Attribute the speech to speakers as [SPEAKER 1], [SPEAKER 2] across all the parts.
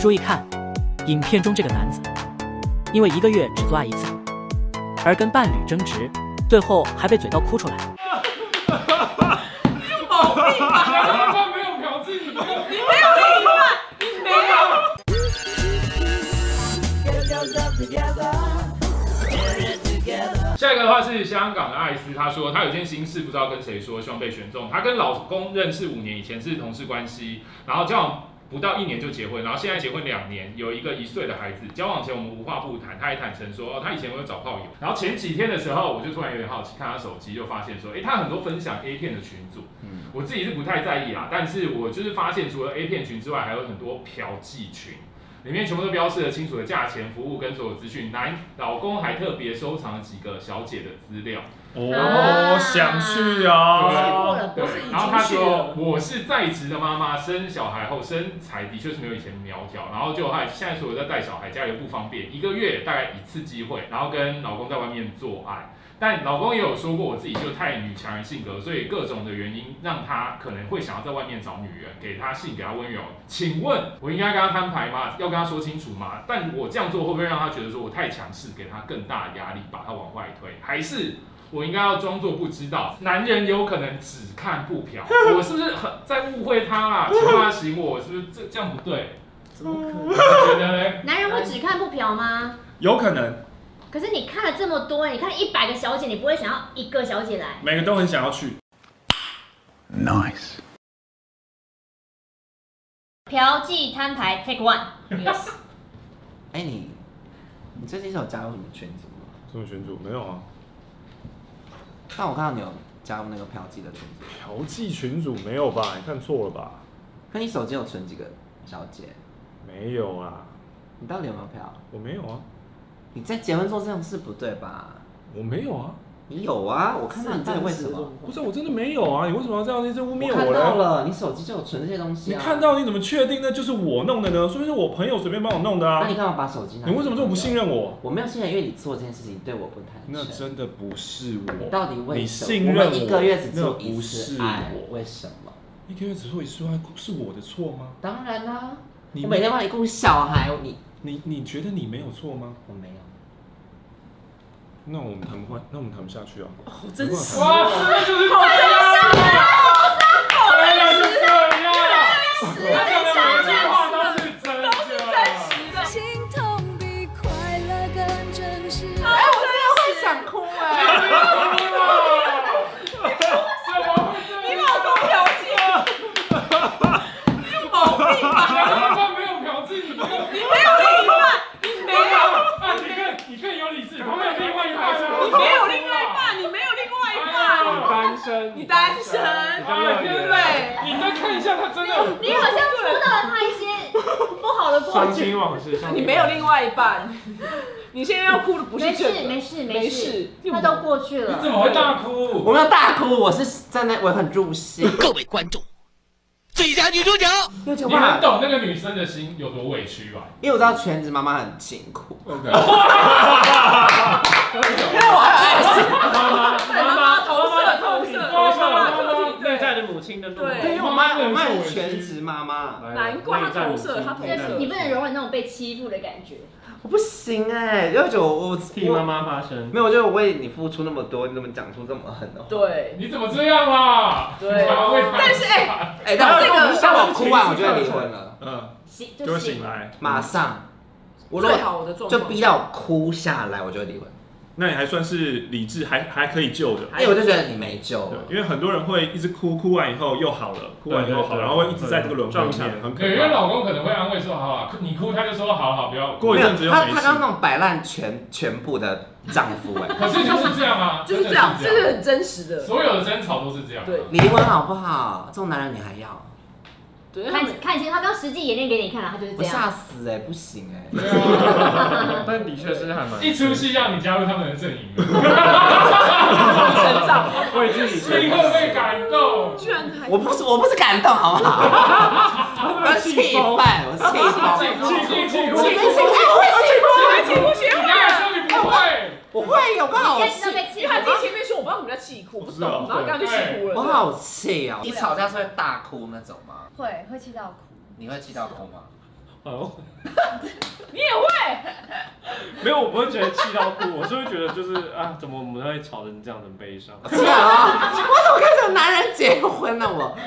[SPEAKER 1] 注意看，影片中这个男子，因为一个月只做爱一次，而跟伴侣争执，最后还被嘴到哭出来。
[SPEAKER 2] 他妈没有嫖妓，你没有
[SPEAKER 3] 没有另一半，你没有。
[SPEAKER 2] 下一个的话是香港的艾斯，她说她有件心事不知道跟谁说，希望被选中。她跟老公认识五年，以前是同事关系，然后交往不到一年就结婚，然后现在结婚两年，有一个一岁的孩子。交往前我们无话不谈，她也坦诚说，哦，她以前会找炮友。然后前几天的时候，我就突然有点好奇，看她手机就发现说，诶，她很多分享 A 片的群组，我自己是不太在意啦，但是我就是发现除了 A 片群之外，还有很多嫖妓群。里面全部都标示了清楚的价钱、服务跟所有资讯。男老公还特别收藏了几个小姐的资料，
[SPEAKER 3] 啊
[SPEAKER 4] 我哦想去
[SPEAKER 3] 去
[SPEAKER 4] 啊！
[SPEAKER 3] 过了不是已
[SPEAKER 2] 对。
[SPEAKER 3] 经
[SPEAKER 2] 然后他
[SPEAKER 3] 去了
[SPEAKER 2] 说我是在职的妈妈，生小孩后身材的确是没有以前苗条，然后就还现在所有在带小孩，家里又不方便，一个月大概一次机会，然后跟老公在外面做爱。但老公也有说过，我自己就太女强人性格，所以各种的原因让他可能会想要在外面找女人，给他性，给他温柔。请问我应该跟他摊牌吗？要跟他说清楚吗？但我这样做会不会让他觉得说我太强势，给他更大的压力，把他往外推？还是我应该要装作不知道？男人有可能只看不嫖，我是不是很在误会他啦？请他醒我，是不是这这样不对？
[SPEAKER 3] 怎么可
[SPEAKER 2] 你
[SPEAKER 3] 能？
[SPEAKER 2] 觉得嘞？
[SPEAKER 5] 男人会只看不嫖吗？
[SPEAKER 4] 有可能
[SPEAKER 5] 可是你看了这么多，你看一百个小姐，你不会想要一个小姐来？
[SPEAKER 4] 每个都很想要去。
[SPEAKER 6] Nice.
[SPEAKER 5] 嫖妓摊牌 take one，
[SPEAKER 3] Yes，
[SPEAKER 6] 哎、你你最近是有加入什么群组吗？
[SPEAKER 4] 什么群主没有啊？
[SPEAKER 6] 但我看到你有加入那个嫖妓的群组，
[SPEAKER 4] 嫖妓群主没有吧？你看错了吧？
[SPEAKER 6] 可你手机有存几个小姐？
[SPEAKER 4] 没有啊，
[SPEAKER 6] 你到底有没有嫖？
[SPEAKER 4] 我没有啊，
[SPEAKER 6] 你在结婚做这种事不对吧？
[SPEAKER 4] 我没有啊，
[SPEAKER 6] 你有啊，我看到你到底为什么？
[SPEAKER 4] 不是我真的没有啊！你为什么要这样一直污蔑
[SPEAKER 6] 我看
[SPEAKER 4] 我呢？
[SPEAKER 6] 到了，你手机就有存这些东西、
[SPEAKER 4] 你
[SPEAKER 6] 啊。
[SPEAKER 4] 看？到你怎么确定那就是我弄的呢？说明是我朋友随便帮我弄的
[SPEAKER 6] 那
[SPEAKER 4] 啊
[SPEAKER 6] 你！干嘛把手机拿？
[SPEAKER 4] 你为什么这么不信？任我？
[SPEAKER 6] 我没有信任，因为你做这件事情对我不坦诚。
[SPEAKER 4] 那真的不是
[SPEAKER 6] 你
[SPEAKER 4] 我，
[SPEAKER 6] 到底为
[SPEAKER 4] 你
[SPEAKER 6] 什么？
[SPEAKER 4] 信任
[SPEAKER 6] 我们一个月只
[SPEAKER 4] 那
[SPEAKER 6] 做一
[SPEAKER 4] 不
[SPEAKER 6] 次
[SPEAKER 4] 是
[SPEAKER 6] 爱，
[SPEAKER 4] 我。
[SPEAKER 6] 为什么？
[SPEAKER 4] 一个月只做一次爱，是我的错吗？
[SPEAKER 6] 当然啦、
[SPEAKER 4] 你
[SPEAKER 6] 我每天帮你顾小孩，你
[SPEAKER 4] 你你觉得你没有错吗？
[SPEAKER 6] 我没有。
[SPEAKER 4] 那我们谈不那我们谈不下去啊！
[SPEAKER 3] 好真实，好
[SPEAKER 2] 哇，是不是就是这样？
[SPEAKER 3] 真
[SPEAKER 2] 就是
[SPEAKER 3] 实，
[SPEAKER 2] 这样。我讲的每一句话都是真的。
[SPEAKER 3] 真实的。
[SPEAKER 7] 心痛比快乐更真实。
[SPEAKER 6] 哎，我真的会想哭哎、
[SPEAKER 3] 你老公嫖妓，你有毛病吧？
[SPEAKER 2] 他没有嫖妓，你没有，
[SPEAKER 3] 你没有另一半，你没有，
[SPEAKER 2] 啊，你看，你更有理智，他没有另外一半，
[SPEAKER 3] 你没有另外一半，你没有另外一半，
[SPEAKER 4] 单身
[SPEAKER 3] 你单身，
[SPEAKER 2] 哎天哪
[SPEAKER 3] 对，
[SPEAKER 2] 你再看一下，他真的
[SPEAKER 5] 你好像知道了他一些不好的过
[SPEAKER 2] 伤
[SPEAKER 5] 去。
[SPEAKER 2] 心往事。
[SPEAKER 3] 你没有另外一 半，你现在要哭的不
[SPEAKER 5] 没
[SPEAKER 3] 是
[SPEAKER 5] 事
[SPEAKER 3] 这个，
[SPEAKER 5] 没事
[SPEAKER 3] 没
[SPEAKER 5] 没
[SPEAKER 3] 事
[SPEAKER 5] 事，他都过去
[SPEAKER 2] 你怎
[SPEAKER 5] 了。
[SPEAKER 2] 么会大哭？
[SPEAKER 6] 我没有大哭，我是真的，我很入戏。
[SPEAKER 8] 各位观众，最佳女主角。
[SPEAKER 6] 因为我
[SPEAKER 2] 你很懂那个女生的心有多委屈吧？
[SPEAKER 6] 因为我知道全职妈妈很辛苦，
[SPEAKER 4] OK，
[SPEAKER 6] 因为我还有爱心。
[SPEAKER 2] 妈妈，妈妈，
[SPEAKER 3] 投射投射
[SPEAKER 2] 妈妈，
[SPEAKER 3] 投射
[SPEAKER 2] 妈
[SPEAKER 3] 投
[SPEAKER 2] 妈，
[SPEAKER 3] 射内在
[SPEAKER 2] 的母亲的
[SPEAKER 3] 怒对
[SPEAKER 6] 对，因为我妈我妈是全职妈妈，
[SPEAKER 3] 难怪她投射她投射
[SPEAKER 5] 就是你不能容忍那种被欺负的感觉。
[SPEAKER 6] 我不行哎、因为我觉得我我替妈
[SPEAKER 2] 妈发声。
[SPEAKER 6] 没有，我觉得我为你付出那么多，你怎么讲出这么狠的话？
[SPEAKER 3] 对
[SPEAKER 2] 你怎么这样啦？
[SPEAKER 3] 对但是哎，
[SPEAKER 6] 哎、但
[SPEAKER 3] 这个
[SPEAKER 6] 我像我哭啊完我就会离婚了，
[SPEAKER 4] 嗯，
[SPEAKER 5] 醒
[SPEAKER 4] 就会
[SPEAKER 5] 就
[SPEAKER 4] 醒
[SPEAKER 5] 醒。
[SPEAKER 4] 来。
[SPEAKER 6] 马上。我如
[SPEAKER 3] 最好
[SPEAKER 6] 果
[SPEAKER 3] 我的状
[SPEAKER 6] 就
[SPEAKER 3] 况
[SPEAKER 6] 逼到我哭下来，我就会离婚。
[SPEAKER 4] 嗯那你还算是理智，还还可以救的。
[SPEAKER 6] 哎，我就觉得你没救
[SPEAKER 4] 对
[SPEAKER 6] 了，。
[SPEAKER 4] 因为很多人会一直哭，哭完以后又好了，哭完以后
[SPEAKER 9] 对对
[SPEAKER 4] 好，
[SPEAKER 9] 对
[SPEAKER 4] 然后会一直在这个轮回里
[SPEAKER 9] 撞
[SPEAKER 4] 面，
[SPEAKER 9] 墙
[SPEAKER 4] 很可
[SPEAKER 2] 对，因为
[SPEAKER 4] 怕。
[SPEAKER 2] 老公可能会安慰说，好啊，你哭，他就说好好，不要哭。
[SPEAKER 4] 过一阵子
[SPEAKER 6] 没
[SPEAKER 4] 又
[SPEAKER 6] 有，他
[SPEAKER 4] 没
[SPEAKER 6] 他
[SPEAKER 4] 事
[SPEAKER 6] 刚。那种摆烂全全部的丈夫哎、
[SPEAKER 2] 可是就是这样啊，
[SPEAKER 3] 就是这样，
[SPEAKER 2] 真
[SPEAKER 3] 这
[SPEAKER 2] 的
[SPEAKER 3] 是很真实的，
[SPEAKER 2] 所有的争吵都是这样。
[SPEAKER 3] 对
[SPEAKER 6] 离婚好不好？这种男人你还要？
[SPEAKER 3] 对，他们
[SPEAKER 5] 看看清，他刚实际演练给你看了，他就是
[SPEAKER 6] 我
[SPEAKER 5] 这
[SPEAKER 6] 吓
[SPEAKER 5] 样。
[SPEAKER 6] 死哎、不行哎、
[SPEAKER 2] 对啊，
[SPEAKER 9] 但的确是还蛮
[SPEAKER 2] 一出戏让你加入他们的阵营，
[SPEAKER 3] 成长，
[SPEAKER 9] 为自己
[SPEAKER 2] 立刻 被感动。
[SPEAKER 3] 居然还
[SPEAKER 6] 我不是我不是感动好不好？ 我气愤，我气
[SPEAKER 2] 气
[SPEAKER 6] 疯。
[SPEAKER 2] 气气气！
[SPEAKER 6] 我
[SPEAKER 2] 你
[SPEAKER 3] 气哭协
[SPEAKER 2] 刚才说你不会，
[SPEAKER 6] 我会有个好
[SPEAKER 5] 你
[SPEAKER 6] 气
[SPEAKER 5] 现，在被欺
[SPEAKER 3] 因
[SPEAKER 5] 负
[SPEAKER 3] 为他自己前面说我不知道什么叫气哭，我不懂，然后刚刚就气哭
[SPEAKER 6] 我
[SPEAKER 3] 了。
[SPEAKER 6] 好气哦！一吵架是会大哭那种吗？
[SPEAKER 5] 会会气到哭。
[SPEAKER 6] 你会气到哭吗？
[SPEAKER 4] 好，
[SPEAKER 3] 你也会？
[SPEAKER 4] 没有，我不会觉得气到哭，我是会觉得就是啊，怎么我们会吵成这样的悲伤？
[SPEAKER 6] 天啊！我怎么跟这种男人结婚呢？我，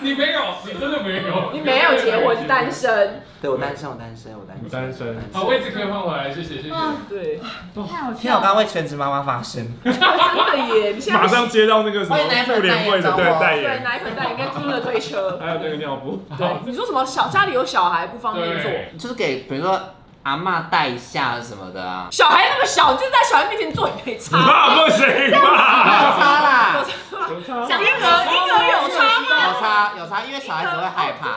[SPEAKER 2] 你没有，你真的没有，
[SPEAKER 3] 你没有结婚，单身。
[SPEAKER 6] 对我单身，我单身，我单身，
[SPEAKER 4] 我单身
[SPEAKER 2] 好，位置可以换回来，谢谢谢谢。
[SPEAKER 5] 啊
[SPEAKER 3] 对，
[SPEAKER 5] 太好
[SPEAKER 6] 天
[SPEAKER 5] 笑
[SPEAKER 6] 啊，我
[SPEAKER 5] 了。
[SPEAKER 6] 刚为全职妈妈发声。
[SPEAKER 3] 真的耶！你现在
[SPEAKER 4] 马上接到那个什么
[SPEAKER 6] 欢迎奶粉
[SPEAKER 4] 妇联会的
[SPEAKER 6] 代言找
[SPEAKER 4] 对
[SPEAKER 6] 我
[SPEAKER 4] 代
[SPEAKER 3] 对
[SPEAKER 4] 言，哦
[SPEAKER 3] 奶粉袋应该租了推车。
[SPEAKER 4] 还有那个尿布，
[SPEAKER 3] 对，你说什么小家里有小孩不方便做？
[SPEAKER 2] 对，
[SPEAKER 6] 就是给比如说阿嬷带一下什么的啊，
[SPEAKER 3] 小孩那么小，就在小孩面前做也没差。
[SPEAKER 4] 那不行吧？
[SPEAKER 6] 有差啦，
[SPEAKER 5] 小
[SPEAKER 3] 婴儿婴儿有差吗？
[SPEAKER 6] 有差有差，因为小孩子会害怕，哦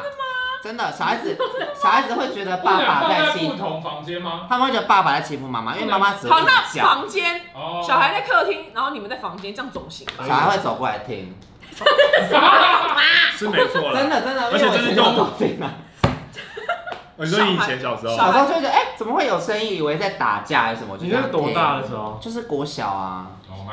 [SPEAKER 6] 真的，小孩子小孩子会觉得
[SPEAKER 2] 不
[SPEAKER 6] 爸
[SPEAKER 2] 能
[SPEAKER 6] 爸
[SPEAKER 2] 放
[SPEAKER 6] 在
[SPEAKER 2] 在
[SPEAKER 6] 欺
[SPEAKER 2] 不，同房间吗？
[SPEAKER 6] 他们会觉得爸爸在欺负妈妈，因为妈妈只会
[SPEAKER 3] 好，那
[SPEAKER 6] 一直叫，
[SPEAKER 3] 房间，
[SPEAKER 2] 哦，
[SPEAKER 3] 小孩在客厅，然后你们在房间，这样总行吧？
[SPEAKER 6] 小孩会走过来听，
[SPEAKER 4] 是没
[SPEAKER 9] 啊
[SPEAKER 4] 错
[SPEAKER 6] 真
[SPEAKER 4] 啦。
[SPEAKER 6] 的真的，
[SPEAKER 4] 而且
[SPEAKER 6] 因为我
[SPEAKER 4] 这是
[SPEAKER 6] 以前都
[SPEAKER 4] 动物
[SPEAKER 6] 不听啊，
[SPEAKER 4] 你说你以前小时候，
[SPEAKER 6] 小时候就觉得哎怎么会有声音，以为在打架还是什么，就
[SPEAKER 9] 你
[SPEAKER 6] 这
[SPEAKER 9] 那
[SPEAKER 6] 样
[SPEAKER 9] 是
[SPEAKER 6] 听
[SPEAKER 9] 多大？的时候？
[SPEAKER 6] 就是国小啊，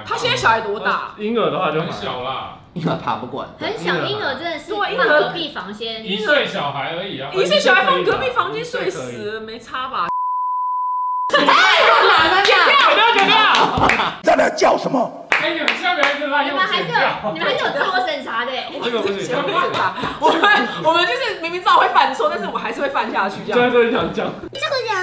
[SPEAKER 3] 他现在小孩多大？
[SPEAKER 9] 婴儿的话就
[SPEAKER 2] 哦很小啦，
[SPEAKER 6] 因为爬不过来，
[SPEAKER 5] 很小婴儿真的是
[SPEAKER 3] 对
[SPEAKER 5] 放
[SPEAKER 3] 婴儿
[SPEAKER 5] 隔壁房先，
[SPEAKER 2] 一岁小孩而已啊。
[SPEAKER 3] 一岁小孩放隔壁房间睡死了，没差吧？
[SPEAKER 6] 真的
[SPEAKER 2] 剪掉剪掉！
[SPEAKER 8] 在那叫什么？
[SPEAKER 2] 哎，你们下面还是滥
[SPEAKER 5] 你
[SPEAKER 2] 用
[SPEAKER 5] 们还
[SPEAKER 2] 剪
[SPEAKER 5] 是
[SPEAKER 2] 掉
[SPEAKER 5] 有，你们还是有自我审查的欸。
[SPEAKER 9] 这个不
[SPEAKER 3] 这
[SPEAKER 9] 行
[SPEAKER 3] 些我。不检查，我们我们就是明明知道会犯错，但是我们还是会犯下去这
[SPEAKER 9] 对
[SPEAKER 3] 样。
[SPEAKER 9] 对，想讲。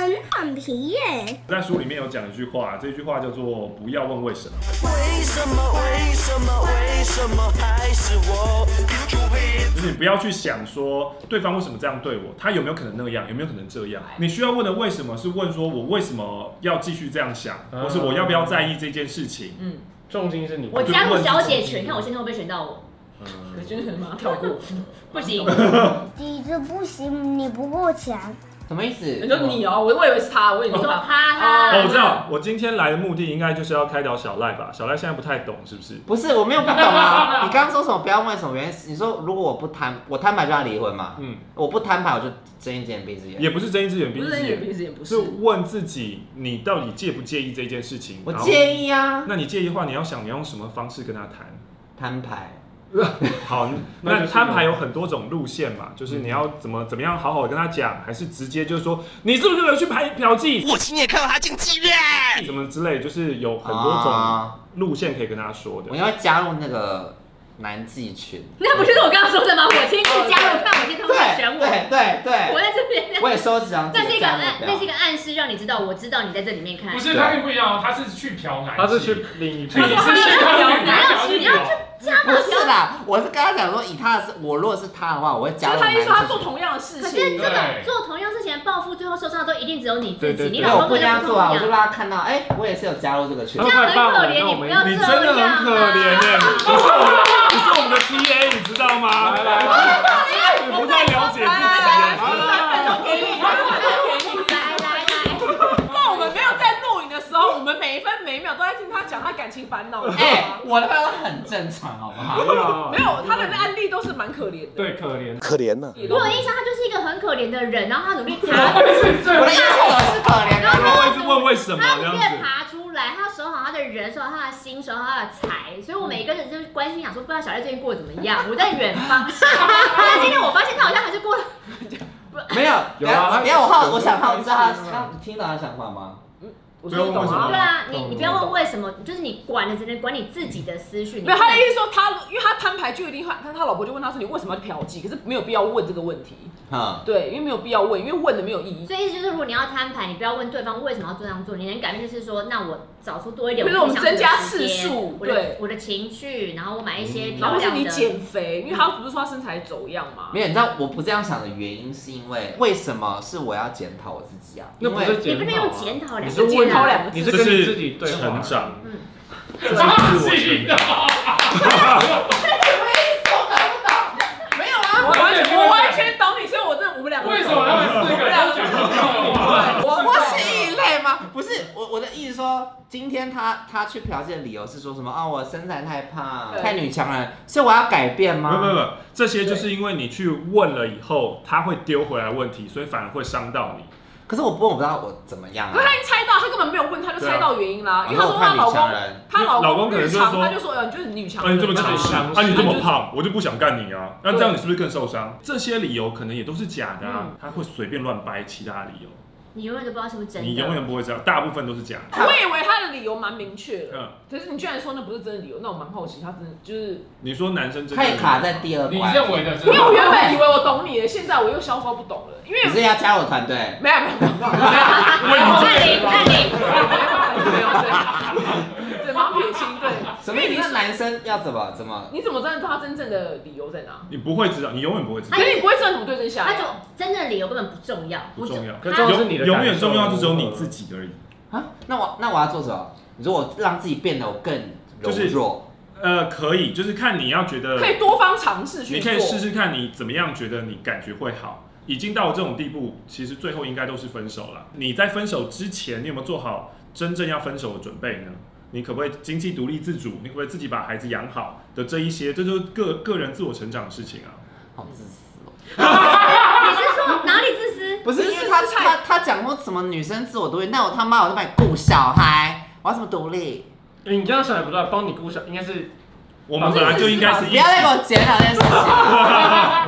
[SPEAKER 7] 人很皮耶。
[SPEAKER 4] 在书里面有讲一句话，这句话叫做“不要问为什么
[SPEAKER 8] 为什么？为什么？为什么还是我？”，
[SPEAKER 4] 就是你不要去想说对方为什么这样对我，他有没有可能那样，有没有可能这样。你需要问的为什么是问说我为什么要继续这样想，
[SPEAKER 9] 嗯
[SPEAKER 4] 或是我要不要在意这件事情。
[SPEAKER 3] 嗯，
[SPEAKER 9] 重金是你。
[SPEAKER 5] 我加入小姐群，看我现在会不会选到我？
[SPEAKER 3] 可是就是马上跳过。
[SPEAKER 5] 不行，
[SPEAKER 7] 你这不行，你不够强。
[SPEAKER 6] 什么意思？
[SPEAKER 3] 你说你哦，我我以为是他，我以为
[SPEAKER 5] 我
[SPEAKER 3] 是
[SPEAKER 5] 说
[SPEAKER 3] 他。
[SPEAKER 5] 啪
[SPEAKER 4] 哦，我
[SPEAKER 5] 他，
[SPEAKER 4] 知道，我今天来的目的应该就是要开导小赖吧。小赖现在不太懂，是不是？
[SPEAKER 6] 不是，我没有不懂啊！你刚刚说什么？不要问什么原因？你说如果我不摊，我摊牌就要离婚嘛？
[SPEAKER 4] 嗯，
[SPEAKER 6] 我不摊牌，我就睁一只眼闭一只眼。
[SPEAKER 4] 也不是睁一只眼闭
[SPEAKER 3] 不
[SPEAKER 4] 一
[SPEAKER 3] 是
[SPEAKER 4] 只
[SPEAKER 3] 人眼
[SPEAKER 4] 眼，
[SPEAKER 3] 鼻子眼不
[SPEAKER 4] 是
[SPEAKER 3] 是，
[SPEAKER 4] 问自己你到底介不介意这件事情。
[SPEAKER 6] 我
[SPEAKER 4] 然后
[SPEAKER 6] 介意啊，
[SPEAKER 4] 那你介意的话，你要想你用什么方式跟他谈。
[SPEAKER 6] 摊牌。
[SPEAKER 4] 好，
[SPEAKER 9] 那
[SPEAKER 4] 那
[SPEAKER 9] 就是
[SPEAKER 4] 摊牌有很多种路线嘛，就是你要怎么怎么样好好的跟他讲，还是直接就是说你是不是有去拍嫖妓，
[SPEAKER 8] 我亲眼看到他进妓院。
[SPEAKER 4] 什么之类，就是有很多种
[SPEAKER 6] 啊，
[SPEAKER 4] 路线可以跟他说的
[SPEAKER 6] 我。要加入那个男妓群。
[SPEAKER 5] 那不就是我刚刚说的吗？我亲自加入，看我今天他们会
[SPEAKER 6] 对
[SPEAKER 5] 选我，
[SPEAKER 6] 对对
[SPEAKER 5] 我
[SPEAKER 6] 对，
[SPEAKER 5] 在这 边。
[SPEAKER 6] 我也收集长姐
[SPEAKER 5] 这是一个
[SPEAKER 6] 加入
[SPEAKER 5] 暗，
[SPEAKER 6] 表
[SPEAKER 5] 那是一个暗示，让你知道，我知道你在这里面看
[SPEAKER 2] 不。是他跟你不一样哦，他是去嫖男妓，
[SPEAKER 9] 他是去领一
[SPEAKER 2] 你是去嫖男妓，哦
[SPEAKER 5] 你要
[SPEAKER 6] 不是啦，我是跟他讲说，以他的是我如果是他的话，我会
[SPEAKER 3] 就
[SPEAKER 6] 加
[SPEAKER 3] 是
[SPEAKER 6] 入
[SPEAKER 3] 他
[SPEAKER 6] 男
[SPEAKER 3] 一说他
[SPEAKER 6] 妓
[SPEAKER 3] 做
[SPEAKER 6] 群。
[SPEAKER 3] 同样的事
[SPEAKER 5] 可是
[SPEAKER 3] 情，
[SPEAKER 5] 这
[SPEAKER 2] 对
[SPEAKER 5] 种做同样事情的报复，最后受伤的都一定只有你自
[SPEAKER 4] 对
[SPEAKER 5] 己，
[SPEAKER 4] 对对
[SPEAKER 5] 你
[SPEAKER 6] 没有，
[SPEAKER 5] 老
[SPEAKER 6] 我
[SPEAKER 5] 公
[SPEAKER 6] 不
[SPEAKER 5] 跟
[SPEAKER 6] 这样
[SPEAKER 5] 不
[SPEAKER 6] 做啊，
[SPEAKER 5] 一
[SPEAKER 6] 我就
[SPEAKER 5] 样。
[SPEAKER 6] 让他看到，哎，我也是有加入这个群
[SPEAKER 5] 这。样很可怜，你不要这
[SPEAKER 4] 你
[SPEAKER 5] 样、
[SPEAKER 4] 真的很可怜耶，你是我们，你是我们的 TA，你知道吗？
[SPEAKER 9] 来来来
[SPEAKER 4] 你不太了解自己
[SPEAKER 3] 来来来
[SPEAKER 4] 啊
[SPEAKER 3] 来，。三分钟给你，三分钟给你。
[SPEAKER 5] 来来来，
[SPEAKER 3] 那我们没有在录影的时候，我们每一分每一秒都在听他讲他感情烦恼。
[SPEAKER 6] 哎
[SPEAKER 3] 哎，，
[SPEAKER 6] 我的朋友很正常，好不好？
[SPEAKER 9] 没
[SPEAKER 3] 没
[SPEAKER 9] 有
[SPEAKER 3] 有，他的案例都是蛮可怜的。
[SPEAKER 9] 对，可怜。
[SPEAKER 8] 可怜呢、
[SPEAKER 5] 我有印象，他就是一个很可怜的人，然后他努力
[SPEAKER 2] 他
[SPEAKER 5] 爬，
[SPEAKER 2] 会是最
[SPEAKER 6] 我
[SPEAKER 2] 后
[SPEAKER 6] 的意思我是可怜
[SPEAKER 5] 然后
[SPEAKER 6] 的，
[SPEAKER 4] 我一直问为什么这
[SPEAKER 5] 他努
[SPEAKER 4] 样
[SPEAKER 5] 力
[SPEAKER 4] 子
[SPEAKER 5] 地。爬出来，他要守好他的人，守好他的心，守好他的财。所以我每一个人就是关心，想说不知道小赖最近过得怎么样，我在远方。但今天我发现他好像还是过得，
[SPEAKER 6] 没有，等一
[SPEAKER 9] 有啊
[SPEAKER 6] 下等一下我好，
[SPEAKER 9] 有
[SPEAKER 6] 我想好，
[SPEAKER 9] 有
[SPEAKER 6] 我知道他
[SPEAKER 9] 有有
[SPEAKER 6] 他听到他想法吗？
[SPEAKER 3] 我说你懂
[SPEAKER 9] 不要问为什
[SPEAKER 5] 对
[SPEAKER 3] 啊
[SPEAKER 9] 么。
[SPEAKER 5] 啊，你你不要问为什么，就是你管的只能管你自己的思绪。你
[SPEAKER 3] 没有，他的意思说他，因为他摊牌就一定会，但他老婆就问他说你为什么要去嫖妓？可是没有必要问这个问题，
[SPEAKER 6] 嗯，
[SPEAKER 3] 对，因为没有必要问，因为问的没有意义。
[SPEAKER 5] 所以意思就是，如果你要摊牌，你不要问对方为什么要这样做，你能改变就是说，那我找出多一点，
[SPEAKER 3] 比如说我们
[SPEAKER 5] 自己
[SPEAKER 3] 增
[SPEAKER 5] 想
[SPEAKER 3] 加
[SPEAKER 5] 做的时间
[SPEAKER 3] 次数
[SPEAKER 5] 我的
[SPEAKER 3] 对嗯
[SPEAKER 5] 我的情绪，然后我买一些
[SPEAKER 3] 然
[SPEAKER 5] 漂
[SPEAKER 3] 后
[SPEAKER 5] 亮
[SPEAKER 3] 是
[SPEAKER 5] 的。
[SPEAKER 3] 你减肥，因为他不是说他身材走样嘛
[SPEAKER 6] 没。有，你知道我不这样想的原因是因为为什么是我要检讨我自己啊？
[SPEAKER 9] 那
[SPEAKER 6] 因
[SPEAKER 9] 不
[SPEAKER 6] 为
[SPEAKER 9] 是
[SPEAKER 5] 你
[SPEAKER 9] 检
[SPEAKER 5] 不能
[SPEAKER 9] 讨
[SPEAKER 5] 用
[SPEAKER 9] 啊，
[SPEAKER 5] 检讨两
[SPEAKER 9] 你
[SPEAKER 5] 个
[SPEAKER 4] 这
[SPEAKER 5] 字，啊
[SPEAKER 3] 检讨两个字
[SPEAKER 9] 是你是，跟你
[SPEAKER 4] 是
[SPEAKER 9] 自己对话
[SPEAKER 4] 成长，
[SPEAKER 2] 自己的，
[SPEAKER 6] 没有啊，
[SPEAKER 3] 我完全我完全懂你，所以我真的我们两个
[SPEAKER 2] 为什么他们四个人都讲同样的话？
[SPEAKER 3] 我
[SPEAKER 6] 我
[SPEAKER 3] 我
[SPEAKER 6] 是异类吗？不是，我我的意思说，今天他他去嫖妓的理由是说什么啊？我身材太胖，
[SPEAKER 3] 对
[SPEAKER 6] 太女强人，所以我要改变
[SPEAKER 4] 没有没有，没
[SPEAKER 6] 吗？
[SPEAKER 4] 有，这些就是因为你去问了以后，他会丢回来问题，所以反而会伤到你。
[SPEAKER 6] 可是我不问，我不知道我怎么样
[SPEAKER 3] 可是
[SPEAKER 6] 啊。
[SPEAKER 3] 他已经猜到，他根本没有问，他就猜到原因啦。
[SPEAKER 6] 对啊
[SPEAKER 3] 因为他说她老
[SPEAKER 6] 然后我怕女强
[SPEAKER 3] 公
[SPEAKER 6] 人，
[SPEAKER 3] 她老
[SPEAKER 4] 老公可能
[SPEAKER 3] 女
[SPEAKER 4] 就是说
[SPEAKER 3] 强，他就说，呃，你就是女强
[SPEAKER 4] 啊，
[SPEAKER 3] 人，
[SPEAKER 4] 你这么
[SPEAKER 9] 强
[SPEAKER 4] 强势，
[SPEAKER 9] 势
[SPEAKER 4] 啊，
[SPEAKER 9] 啊
[SPEAKER 4] 你这么
[SPEAKER 3] 就是
[SPEAKER 4] 胖，我就不想干你啊。那这样你是不是更受伤？这些理由可能也都是假的啊，他会随便乱掰其他理由，
[SPEAKER 5] 你永远都不知道是不是真的。
[SPEAKER 4] 你永远不会知道，大部分都是假的。
[SPEAKER 3] 我以为他的理由蛮明确的，
[SPEAKER 4] 嗯，
[SPEAKER 3] 可是你居然说那不是真的理由，那我蛮好奇，他真的就是，
[SPEAKER 4] 你说男生真的
[SPEAKER 6] 他也卡在第二
[SPEAKER 2] 你
[SPEAKER 6] 关，
[SPEAKER 2] 认为的真
[SPEAKER 3] 因为我
[SPEAKER 2] 的？
[SPEAKER 3] 原本以为我懂你了，现在我又消化不懂了，因为
[SPEAKER 6] 你是要加我团队？
[SPEAKER 3] 没有没有没有没有
[SPEAKER 5] 按铃按铃，
[SPEAKER 3] 没有对，对，马上撇清对，
[SPEAKER 6] 什么意
[SPEAKER 3] 因为
[SPEAKER 6] 思？
[SPEAKER 3] 你
[SPEAKER 6] 那男生要怎么怎么？
[SPEAKER 3] 你怎么知道他真正的理由在哪？
[SPEAKER 4] 你不会知道，你永远不会知道
[SPEAKER 3] 可。是你不会知道怎么对症下
[SPEAKER 5] 他
[SPEAKER 3] 药
[SPEAKER 5] 就。真正的理由根本不重要，
[SPEAKER 4] 不重要
[SPEAKER 5] 我
[SPEAKER 9] 可
[SPEAKER 5] 就
[SPEAKER 9] 重要
[SPEAKER 5] 他
[SPEAKER 9] 是你的感受
[SPEAKER 4] 永远重要就只有你自己而已。
[SPEAKER 6] 啊，那我那我要做什么？你说我让自己变得我更柔
[SPEAKER 4] 就是
[SPEAKER 6] 弱，
[SPEAKER 4] 呃，可以，就是看你要觉得
[SPEAKER 3] 可，以多方尝试去
[SPEAKER 4] 你
[SPEAKER 3] 做
[SPEAKER 4] 可以，试试看你怎么样觉得你感觉会好。已经到了这种地步，其实最后应该都是分手了。你在分手之前，你有没有做好真正要分手的准备呢？你可不可以经济独立自主？你可不可以自己把孩子养好的这一些，这就是个个人自我成长的事情啊。
[SPEAKER 6] 好自私哦。
[SPEAKER 5] 你是说哪里自私？
[SPEAKER 6] 不是
[SPEAKER 3] 只是
[SPEAKER 6] 因为他
[SPEAKER 3] 试试看
[SPEAKER 6] 他他讲过什么女生自我独立，那我他妈我就把你顾小孩，我要什么独立？
[SPEAKER 9] 你这样想也不对，帮你估想应该是
[SPEAKER 4] 我们本来就应该是
[SPEAKER 6] 不
[SPEAKER 4] 一
[SPEAKER 6] 要再
[SPEAKER 4] 起。啊
[SPEAKER 6] 给我检讨这件事情。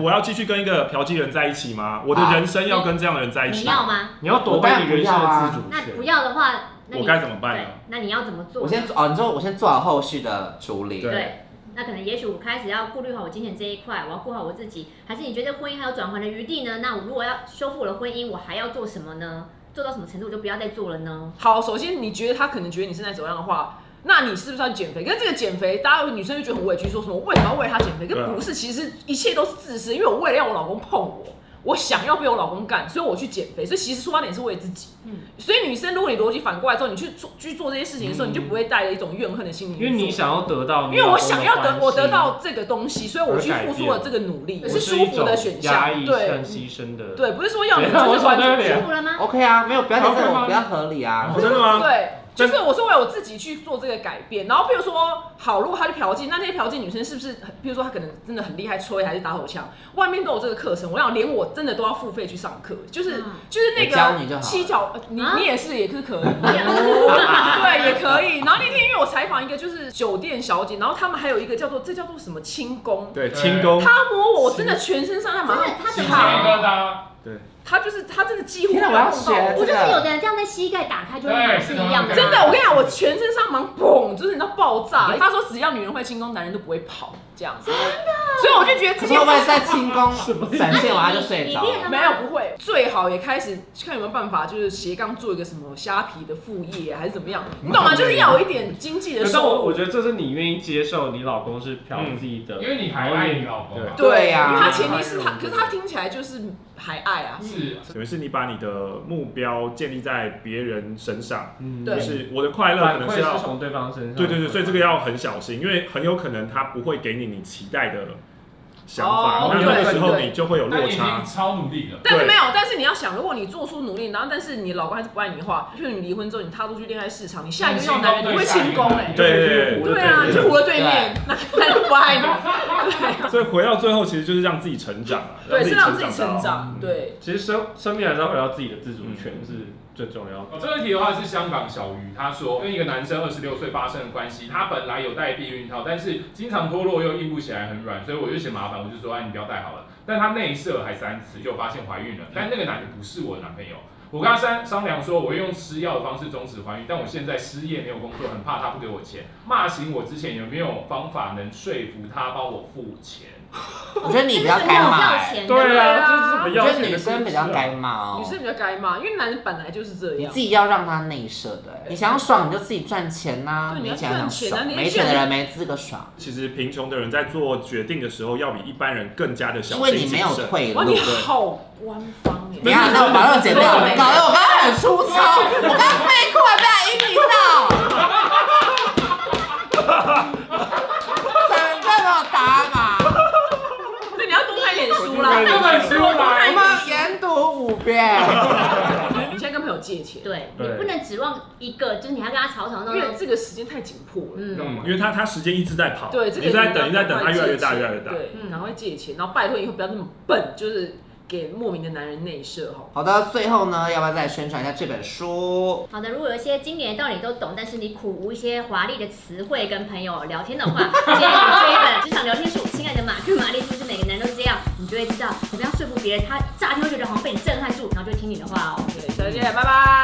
[SPEAKER 4] 我要继续跟一个嫖妓人在一起吗？我的人生要跟这样的人在一
[SPEAKER 5] 啊你
[SPEAKER 4] 起？
[SPEAKER 5] 要吗？
[SPEAKER 9] 你要夺回你人生
[SPEAKER 3] 啊
[SPEAKER 9] 的自主
[SPEAKER 5] 那不
[SPEAKER 9] 权。
[SPEAKER 5] 要的话，那你
[SPEAKER 4] 我该怎么办呢
[SPEAKER 5] 对，那你要怎么做？
[SPEAKER 6] 我先哦，你说我先做好后续的处理。
[SPEAKER 4] 对
[SPEAKER 5] 对，那可能也许我开始要顾虑好我金钱这一块，我要顾好我自己，还是你觉得婚姻还有转圜的余地呢？那我如果要修复我的婚姻，我还要做什么呢？做到什么程度我就不要再做了呢？
[SPEAKER 3] 好，首先你觉得他可能觉得你身材走样的话，那你是不是要减肥？跟这个减肥，大家有女生就觉得很委屈，说什么为什么要为他减肥？
[SPEAKER 4] 对啊
[SPEAKER 3] 跟不是，其实一切都是自私，因为我为了要我老公碰我。我想要被我老公干，所以我去减肥。所以其实出发点是为了自己。
[SPEAKER 5] 嗯
[SPEAKER 3] 所以女生，如果你逻辑反过来之后，你去做去做这些事情的时候，你就不会带着一种怨恨的心理去
[SPEAKER 9] 嗯因
[SPEAKER 3] 做。
[SPEAKER 9] 为你想要得到，
[SPEAKER 3] 因为我想要
[SPEAKER 9] 得
[SPEAKER 3] 得我得到这个东西，所以我去
[SPEAKER 9] 而改
[SPEAKER 3] 付
[SPEAKER 9] 变
[SPEAKER 3] 出了这个努力，
[SPEAKER 9] 我
[SPEAKER 3] 是
[SPEAKER 9] 是
[SPEAKER 3] 舒服的选项
[SPEAKER 9] 压。抑
[SPEAKER 3] 对
[SPEAKER 9] 跟牺牲的，
[SPEAKER 3] 对，不是说要你
[SPEAKER 9] 等一下
[SPEAKER 3] 就
[SPEAKER 9] 我
[SPEAKER 3] 是
[SPEAKER 9] 找
[SPEAKER 3] 完
[SPEAKER 9] 到
[SPEAKER 3] 全
[SPEAKER 9] 一点
[SPEAKER 5] 舒服了吗？
[SPEAKER 6] OK 啊，没有，不要讲这
[SPEAKER 9] OK
[SPEAKER 6] 种
[SPEAKER 9] 吗
[SPEAKER 6] 比较合理啊。
[SPEAKER 4] 真的吗？
[SPEAKER 3] 对，就是我是为我自己去做这个改变。然后譬如说，好，如果她去嫖妓，那那些嫖妓女生是不是很，譬如说她可能真的很厉害，吹还是打手枪，外面都有这个课程。我想连我真的都要付费去上课，就是、
[SPEAKER 5] 嗯
[SPEAKER 3] 就是那
[SPEAKER 6] 我教你就
[SPEAKER 3] 个
[SPEAKER 6] 好
[SPEAKER 3] 七角，呃你、
[SPEAKER 5] 啊
[SPEAKER 3] 你也是也是可以， 对，也可以。然后那天因为我采访一个就是酒店小姐，然后他们还有一个叫做这叫做什么轻功。
[SPEAKER 4] 对，轻功，
[SPEAKER 3] 她摸我，我真的全身上下马上
[SPEAKER 5] 真的她怎
[SPEAKER 2] 起鸡皮
[SPEAKER 5] 么
[SPEAKER 2] 疙瘩。
[SPEAKER 3] 她就是她真的几乎
[SPEAKER 6] 天哪我要学
[SPEAKER 5] 我就是有的人这样在膝盖打开就会
[SPEAKER 2] 对
[SPEAKER 5] 是一样的，
[SPEAKER 2] 是
[SPEAKER 3] 真的，我跟你讲，我全身上忙砰，就是你知道爆炸。他说只要女人会轻功，男人都不会跑，这样子。真的，所以我就觉得这
[SPEAKER 6] 可
[SPEAKER 3] 些
[SPEAKER 6] 是我也在轻功展现完他就睡着
[SPEAKER 5] 你练
[SPEAKER 6] 了。
[SPEAKER 5] 了
[SPEAKER 3] 没有不会，最好也开始看有没有办法，就是斜杠做一个什么虾皮的副业还是怎么样，你懂吗？就是要有一点经济的
[SPEAKER 9] 可是我
[SPEAKER 3] 收
[SPEAKER 9] 我
[SPEAKER 3] 入。
[SPEAKER 9] 觉得这是你愿意接受你老公是嫖妓的，
[SPEAKER 2] 因为你还爱你老公嘛，
[SPEAKER 6] 对呀
[SPEAKER 3] 因为他前提是他，可是他听起来就是还爱啊。
[SPEAKER 2] 是
[SPEAKER 4] 等于是你把你的目标建立在别人身上，
[SPEAKER 9] 嗯
[SPEAKER 3] 对
[SPEAKER 4] 就是我的快乐可
[SPEAKER 9] 反
[SPEAKER 4] 能
[SPEAKER 9] 馈
[SPEAKER 4] 是要
[SPEAKER 9] 是从对方身上，
[SPEAKER 4] 对对
[SPEAKER 3] 嗯
[SPEAKER 4] 对，所以这个要很小心，因为很有可能他不会给你你期待的想
[SPEAKER 3] 哦
[SPEAKER 4] 法，那那
[SPEAKER 2] 对
[SPEAKER 4] 个时候
[SPEAKER 3] 对
[SPEAKER 4] 你就会有
[SPEAKER 2] 那
[SPEAKER 4] 落
[SPEAKER 2] 你已
[SPEAKER 4] 差
[SPEAKER 2] 经。超努力 了。
[SPEAKER 3] 但是
[SPEAKER 4] 对
[SPEAKER 3] 没有，但是你要想，如果你做出努力，然后但是你老公还是不爱你的话，就是你离婚之后，你踏出去恋爱市场，你下一个遇到男人，你会轻功哎、
[SPEAKER 4] 对对
[SPEAKER 3] 对啊，你就糊了对面，那那就不爱你。对
[SPEAKER 4] 所以回到最后，其实就是让自己成长啊，
[SPEAKER 3] 对，是让自己
[SPEAKER 4] 到嗯
[SPEAKER 3] 成长。。对，
[SPEAKER 9] 其实生生命还是要回到自己的自主权是最重要的。
[SPEAKER 2] 哦，这个题的话是香港小鱼，他说跟一个男生二十六岁发生的关系，他本来有带避孕套，但是经常脱落又硬不起来，很软，所以我就嫌麻烦，我就说哎你不要带好了。但他内射还三次就发现怀孕了，
[SPEAKER 4] 嗯
[SPEAKER 2] 但那个男的不是我的男朋友。我跟他商商量说，我会用吃药的方式终止怀孕，但我现在失业没有工作，很怕他不给我钱。骂醒我之前有没有方法能说服他帮我付钱？
[SPEAKER 6] 我觉得你比较该骂、欸，
[SPEAKER 4] 哦
[SPEAKER 9] 对
[SPEAKER 3] 啊
[SPEAKER 9] 啊，这是不
[SPEAKER 6] 我觉
[SPEAKER 9] 要
[SPEAKER 6] 得
[SPEAKER 9] 钱的
[SPEAKER 6] 女生比较
[SPEAKER 4] 啊
[SPEAKER 6] 该骂哦
[SPEAKER 3] 女。生比较该骂，因为男人本来就是这
[SPEAKER 6] 你
[SPEAKER 3] 样
[SPEAKER 6] 自。己要让他内射的欸、你想要爽你就自己赚钱呐、
[SPEAKER 3] 对你要
[SPEAKER 6] 没钱想
[SPEAKER 3] 赚
[SPEAKER 6] 爽，
[SPEAKER 3] 钱啊
[SPEAKER 6] 没钱的人没资格爽，
[SPEAKER 4] 其实贫穷的人在做决定的时候，要比一般人更加的小心
[SPEAKER 6] 因为你
[SPEAKER 4] 谨
[SPEAKER 6] 没有
[SPEAKER 4] 慎。
[SPEAKER 6] 退路
[SPEAKER 3] 哇，。你好官方
[SPEAKER 6] 你
[SPEAKER 3] 哎！
[SPEAKER 6] 看，那我把那个剪掉，
[SPEAKER 3] 对
[SPEAKER 6] 搞得我刚刚很粗糙，我刚刚内裤还被他阴影到，整个给我打码，
[SPEAKER 3] 对，你要多看一点书啦，
[SPEAKER 2] 我就
[SPEAKER 4] 哎
[SPEAKER 2] 看一点书啦
[SPEAKER 3] 多看
[SPEAKER 6] 我
[SPEAKER 3] 一
[SPEAKER 6] 们
[SPEAKER 3] 点
[SPEAKER 6] 研读五遍。
[SPEAKER 3] 书。你现在跟朋友借钱，
[SPEAKER 5] 对啊你
[SPEAKER 9] 对
[SPEAKER 5] 不能指望一个，就是你还跟他吵吵闹
[SPEAKER 3] 因
[SPEAKER 5] 闹
[SPEAKER 3] 为。这个时间太紧迫了，你
[SPEAKER 5] 嗯
[SPEAKER 3] 知道吗？
[SPEAKER 4] 因为他他时间一直在跑，
[SPEAKER 3] 对，
[SPEAKER 4] 嗯你
[SPEAKER 3] 这
[SPEAKER 4] 一
[SPEAKER 3] 个
[SPEAKER 4] 直在等，
[SPEAKER 3] 一
[SPEAKER 4] 一直在等，他越来越大，越来越大。
[SPEAKER 3] 对，
[SPEAKER 5] 嗯
[SPEAKER 3] 然后会借钱，然后拜托以后不要那么笨，就是给莫名的男人内射好。
[SPEAKER 6] 好的，最后呢，要不要再宣传一下这本书？
[SPEAKER 5] 好的，如果有一些经典的道理都懂，但是你苦无一些华丽的词汇跟朋友聊天的话，建议你这一本《职场聊天术》。亲爱的马克、玛丽，是不是每个男人都这样？你就会知道怎么样说服别人，他乍听会觉得好像被你震撼住，然后就听你的话哦。
[SPEAKER 3] 对，再见，拜拜。